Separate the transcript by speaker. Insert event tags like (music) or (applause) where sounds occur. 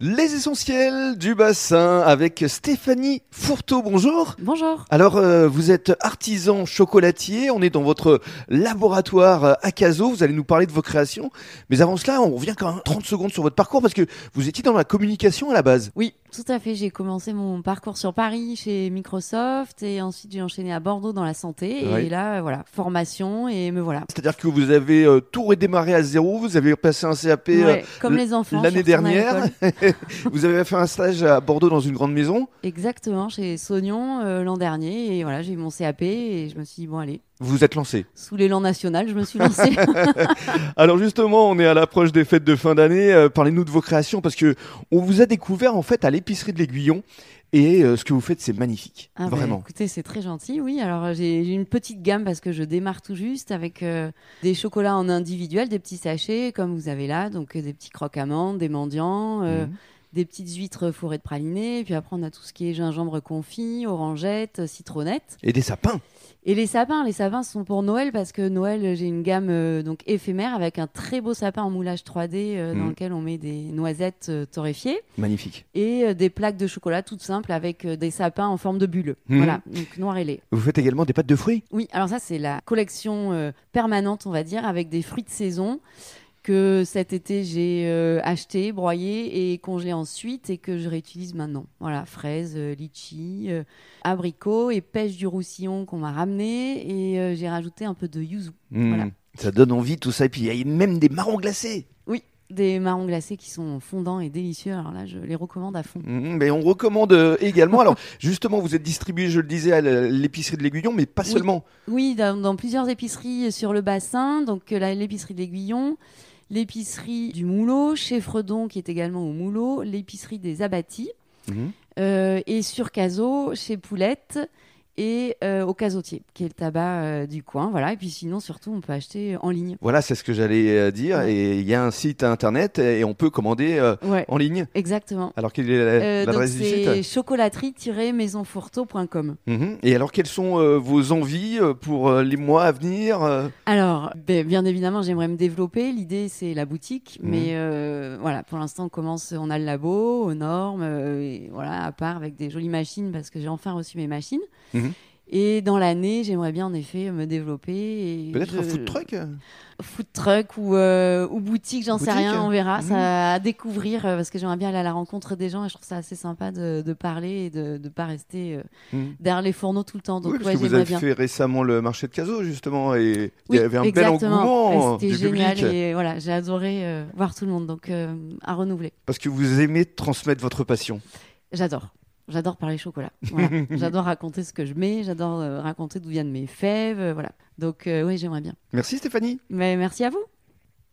Speaker 1: Les essentiels du bassin avec Stéphanie Fourteau. Bonjour.
Speaker 2: Bonjour.
Speaker 1: Alors, euh, vous êtes artisan chocolatier. On est dans votre laboratoire euh, à Cazaux. Vous allez nous parler de vos créations. Mais avant cela, on revient quand même 30 secondes sur votre parcours parce que vous étiez dans la communication à la base.
Speaker 2: Oui, tout à fait. J'ai commencé mon parcours sur Paris chez Microsoft et ensuite j'ai enchaîné à Bordeaux dans la santé.
Speaker 1: Oui.
Speaker 2: Et là, euh, voilà, formation et me voilà.
Speaker 1: C'est-à-dire que vous avez euh, tout redémarré à zéro. Vous avez passé un CAP euh,
Speaker 2: Ouais, comme
Speaker 1: l-
Speaker 2: les enfants. je suis
Speaker 1: l'année
Speaker 2: retournée à
Speaker 1: dernière.
Speaker 2: l'école.
Speaker 1: (laughs) vous avez fait un stage à Bordeaux dans une grande maison.
Speaker 2: Exactement, chez Sognon euh, l'an dernier. Et voilà, j'ai eu mon CAP et je me suis dit, bon, allez,
Speaker 1: Vous vous êtes lancé.
Speaker 2: sous l'élan national, je me
Speaker 1: (laughs)
Speaker 2: suis lancée.
Speaker 1: Alors justement, on est à l'approche des fêtes de fin d'année. Euh, Parlez-nous de vos créations parce que on vous a découvert en fait à l'épicerie de l'Aiguillon et euh, ce que vous faites c'est magnifique,
Speaker 2: Ah bah,
Speaker 1: vraiment.
Speaker 2: écoutez, c'est très gentil, oui. Alors euh, j'ai j'ai une petite gamme parce que je démarre tout juste avec euh, des chocolats en individuel, des petits sachets comme vous avez là, donc euh, des petits croque-amandes, des mendiants, euh,
Speaker 1: Mhm.
Speaker 2: des petites huîtres euh, fourrées de pralinés, et puis après on a tout ce qui est gingembre confit, orangette, euh, citronnette.
Speaker 1: Et des sapins.
Speaker 2: Et les sapins, les sapins sont pour Noël parce que Noël, euh, j'ai une gamme euh, donc éphémère avec un très beau sapin en moulage 3D euh, dans
Speaker 1: Mhm.
Speaker 2: lequel on met des noisettes euh, torréfiées
Speaker 1: Magnifique.
Speaker 2: et euh, des plaques de chocolat toutes simples avec euh, des sapins en forme de bulle.
Speaker 1: Mhm.
Speaker 2: Voilà, donc noir et lait.
Speaker 1: Vous faites également des pâtes de fruits.
Speaker 2: Oui, alors ça, c'est la collection euh, permanente, on va dire, avec des fruits de saison que cet été j'ai euh, acheté, broyé et congelé ensuite et que je réutilise maintenant. Voilà, fraises, euh, litchis, euh, abricots et pêche du roussillon qu'on m'a ramené et euh, j'ai rajouté un peu de yuzu.
Speaker 1: Hmm,
Speaker 2: Voilà.
Speaker 1: Ça donne envie tout ça et puis il y a même des marrons glacés.
Speaker 2: Des marrons glacés qui sont fondants et délicieux, alors là je les recommande à fond.
Speaker 1: Hmm, mais on recommande euh, également.
Speaker 2: (laughs)
Speaker 1: Alors justement, vous êtes distribué, je le disais, à l- l'épicerie de l'Aiguillon, mais pas
Speaker 2: Oui.
Speaker 1: seulement.
Speaker 2: Oui, dans, dans plusieurs épiceries sur le bassin, donc euh, la- l'épicerie de l'Aiguillon, l'épicerie du Moulot, chez Fredon qui est également au Moulot, l'épicerie des Abattis.
Speaker 1: Mhm.
Speaker 2: Euh, et sur Caso, chez Poulette et euh, au Casotier, qui est le tabac euh, du coin. Voilà. Et puis sinon, surtout, on peut acheter en ligne.
Speaker 1: Voilà, c'est ce que j'allais euh, dire.
Speaker 2: Ouais.
Speaker 1: Et il y a un site internet et on peut commander euh,
Speaker 2: Ouais,
Speaker 1: en ligne.
Speaker 2: exactement.
Speaker 1: Alors quelle est la-
Speaker 2: Euh, donc
Speaker 1: l'adresse du site
Speaker 2: c'est chocolaterie-maisonfourteau.com.
Speaker 1: Mhm. Et alors, quelles sont euh, vos envies euh, pour euh, les mois à venir euh
Speaker 2: Alors, ben, bien évidemment, j'aimerais me développer. L'idée, c'est la boutique,
Speaker 1: Mhm.
Speaker 2: mais euh, voilà, pour l'instant, on commence, on a le labo aux normes, euh, et voilà, à part avec des jolies machines, parce que j'ai enfin reçu mes machines.
Speaker 1: Mhm.
Speaker 2: Et dans l'année, j'aimerais bien en effet me développer. et
Speaker 1: Peut-être un
Speaker 2: je-
Speaker 1: food truck euh
Speaker 2: food truck ou, euh, ou boutique, j'en sais
Speaker 1: Boutique.
Speaker 2: rien, on verra.
Speaker 1: Mhm.
Speaker 2: Ça à découvrir euh, parce que j'aimerais bien aller à la rencontre des gens et je trouve ça assez sympa de, de parler et de ne pas rester euh,
Speaker 1: Mhm.
Speaker 2: derrière les fourneaux tout le temps. Donc,
Speaker 1: Oui, parce
Speaker 2: ouais,
Speaker 1: que vous
Speaker 2: j'aimerais
Speaker 1: avez
Speaker 2: bien.
Speaker 1: fait récemment le marché de Cazaux, justement, et il
Speaker 2: Oui,
Speaker 1: y avait un bel
Speaker 2: exactement.
Speaker 1: engouement
Speaker 2: Et
Speaker 1: euh,
Speaker 2: C'était
Speaker 1: du
Speaker 2: génial
Speaker 1: public.
Speaker 2: et voilà, j'ai adoré euh, voir tout le monde, donc euh, à renouveler.
Speaker 1: Parce que vous aimez transmettre votre passion.
Speaker 2: J'adore. J'adore parler chocolat.
Speaker 1: (laughs)
Speaker 2: Voilà. j'adore raconter ce que je mets, j'adore euh, raconter d'où viennent mes fèves. euh, voilà. Donc, euh, ouais, j'aimerais bien.
Speaker 1: Merci Stéphanie.
Speaker 2: Mais merci à vous.